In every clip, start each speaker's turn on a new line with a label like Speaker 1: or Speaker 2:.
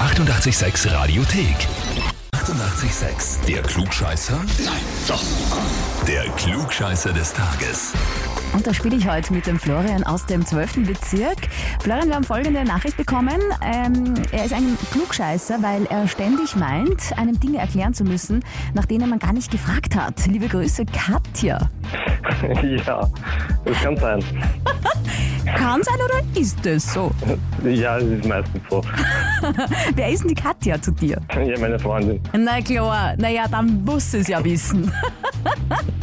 Speaker 1: 886 Radiothek. 88,6. Der Klugscheißer? Nein, doch. Der Klugscheißer des Tages.
Speaker 2: Und da spiele ich heute mit dem Florian aus dem 12. Bezirk. Florian, wir haben folgende Nachricht bekommen. Ähm, er ist ein Klugscheißer, weil er ständig meint, einem Dinge erklären zu müssen, nach denen man gar nicht gefragt hat. Liebe Grüße, Katja.
Speaker 3: Ja, das kann sein.
Speaker 2: Kann sein oder ist es so?
Speaker 3: Ja, es ist meistens so.
Speaker 2: Wer ist denn die Katja zu dir?
Speaker 3: Ja, meine Freundin.
Speaker 2: Na klar, naja, dann muss es ja wissen.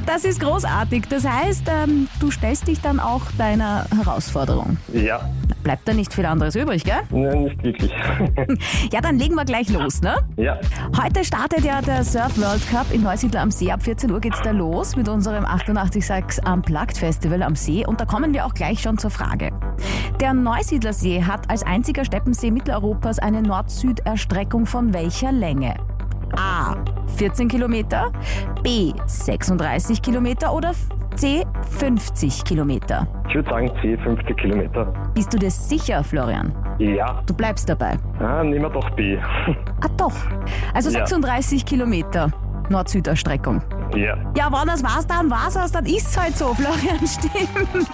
Speaker 2: Das ist großartig. Das heißt, ähm, du stellst dich dann auch deiner Herausforderung.
Speaker 3: Ja,
Speaker 2: Bleibt da nicht viel anderes übrig, gell?
Speaker 3: ne, nicht wirklich.
Speaker 2: Ja, dann legen wir gleich los, ne?
Speaker 3: Ja,
Speaker 2: Heute startet ja der Surf World Cup in Neusiedler am See. Ab 14 Uhr geht's da los mit unserem 886 Unplugged Festival am See. Und da kommen wir auch gleich schon zur Frage. Der Neusiedler See hat als einziger Steppensee Mitteleuropas eine Nord-Süd-Erstreckung von welcher Länge? A. 14 Kilometer, B. 36 Kilometer oder C. 50 Kilometer.
Speaker 3: ich würde sagen C, 50 Kilometer.
Speaker 2: Bist du dir sicher, Florian?
Speaker 3: Ja,
Speaker 2: Du bleibst dabei.
Speaker 3: ah, nehmen wir doch B.
Speaker 2: Ah doch. Also
Speaker 3: Ja.
Speaker 2: 36 Kilometer Nord-Süd-Erstreckung.
Speaker 3: Ja,
Speaker 2: Ja, wenn das war's, dann war's es, dann ist's halt so, Florian, stimmt.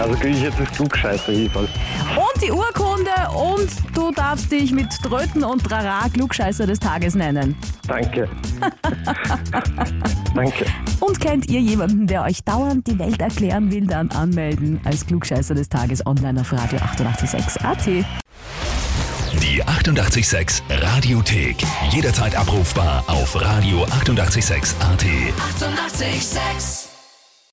Speaker 3: also kriege ich jetzt das Klugscheißer jedenfalls.
Speaker 2: Und die Urkunde und du darfst dich mit Tröten und Trara Klugscheißer des Tages nennen.
Speaker 3: Danke. Danke.
Speaker 2: Und kennt ihr jemanden, der euch dauernd die Welt erklären will, dann anmelden als Klugscheißer des Tages online auf Radio 886 AT.
Speaker 1: Die 88,6 Radiothek. Jederzeit abrufbar auf radio886.at. 88,6.
Speaker 4: Eighty-eight, sex.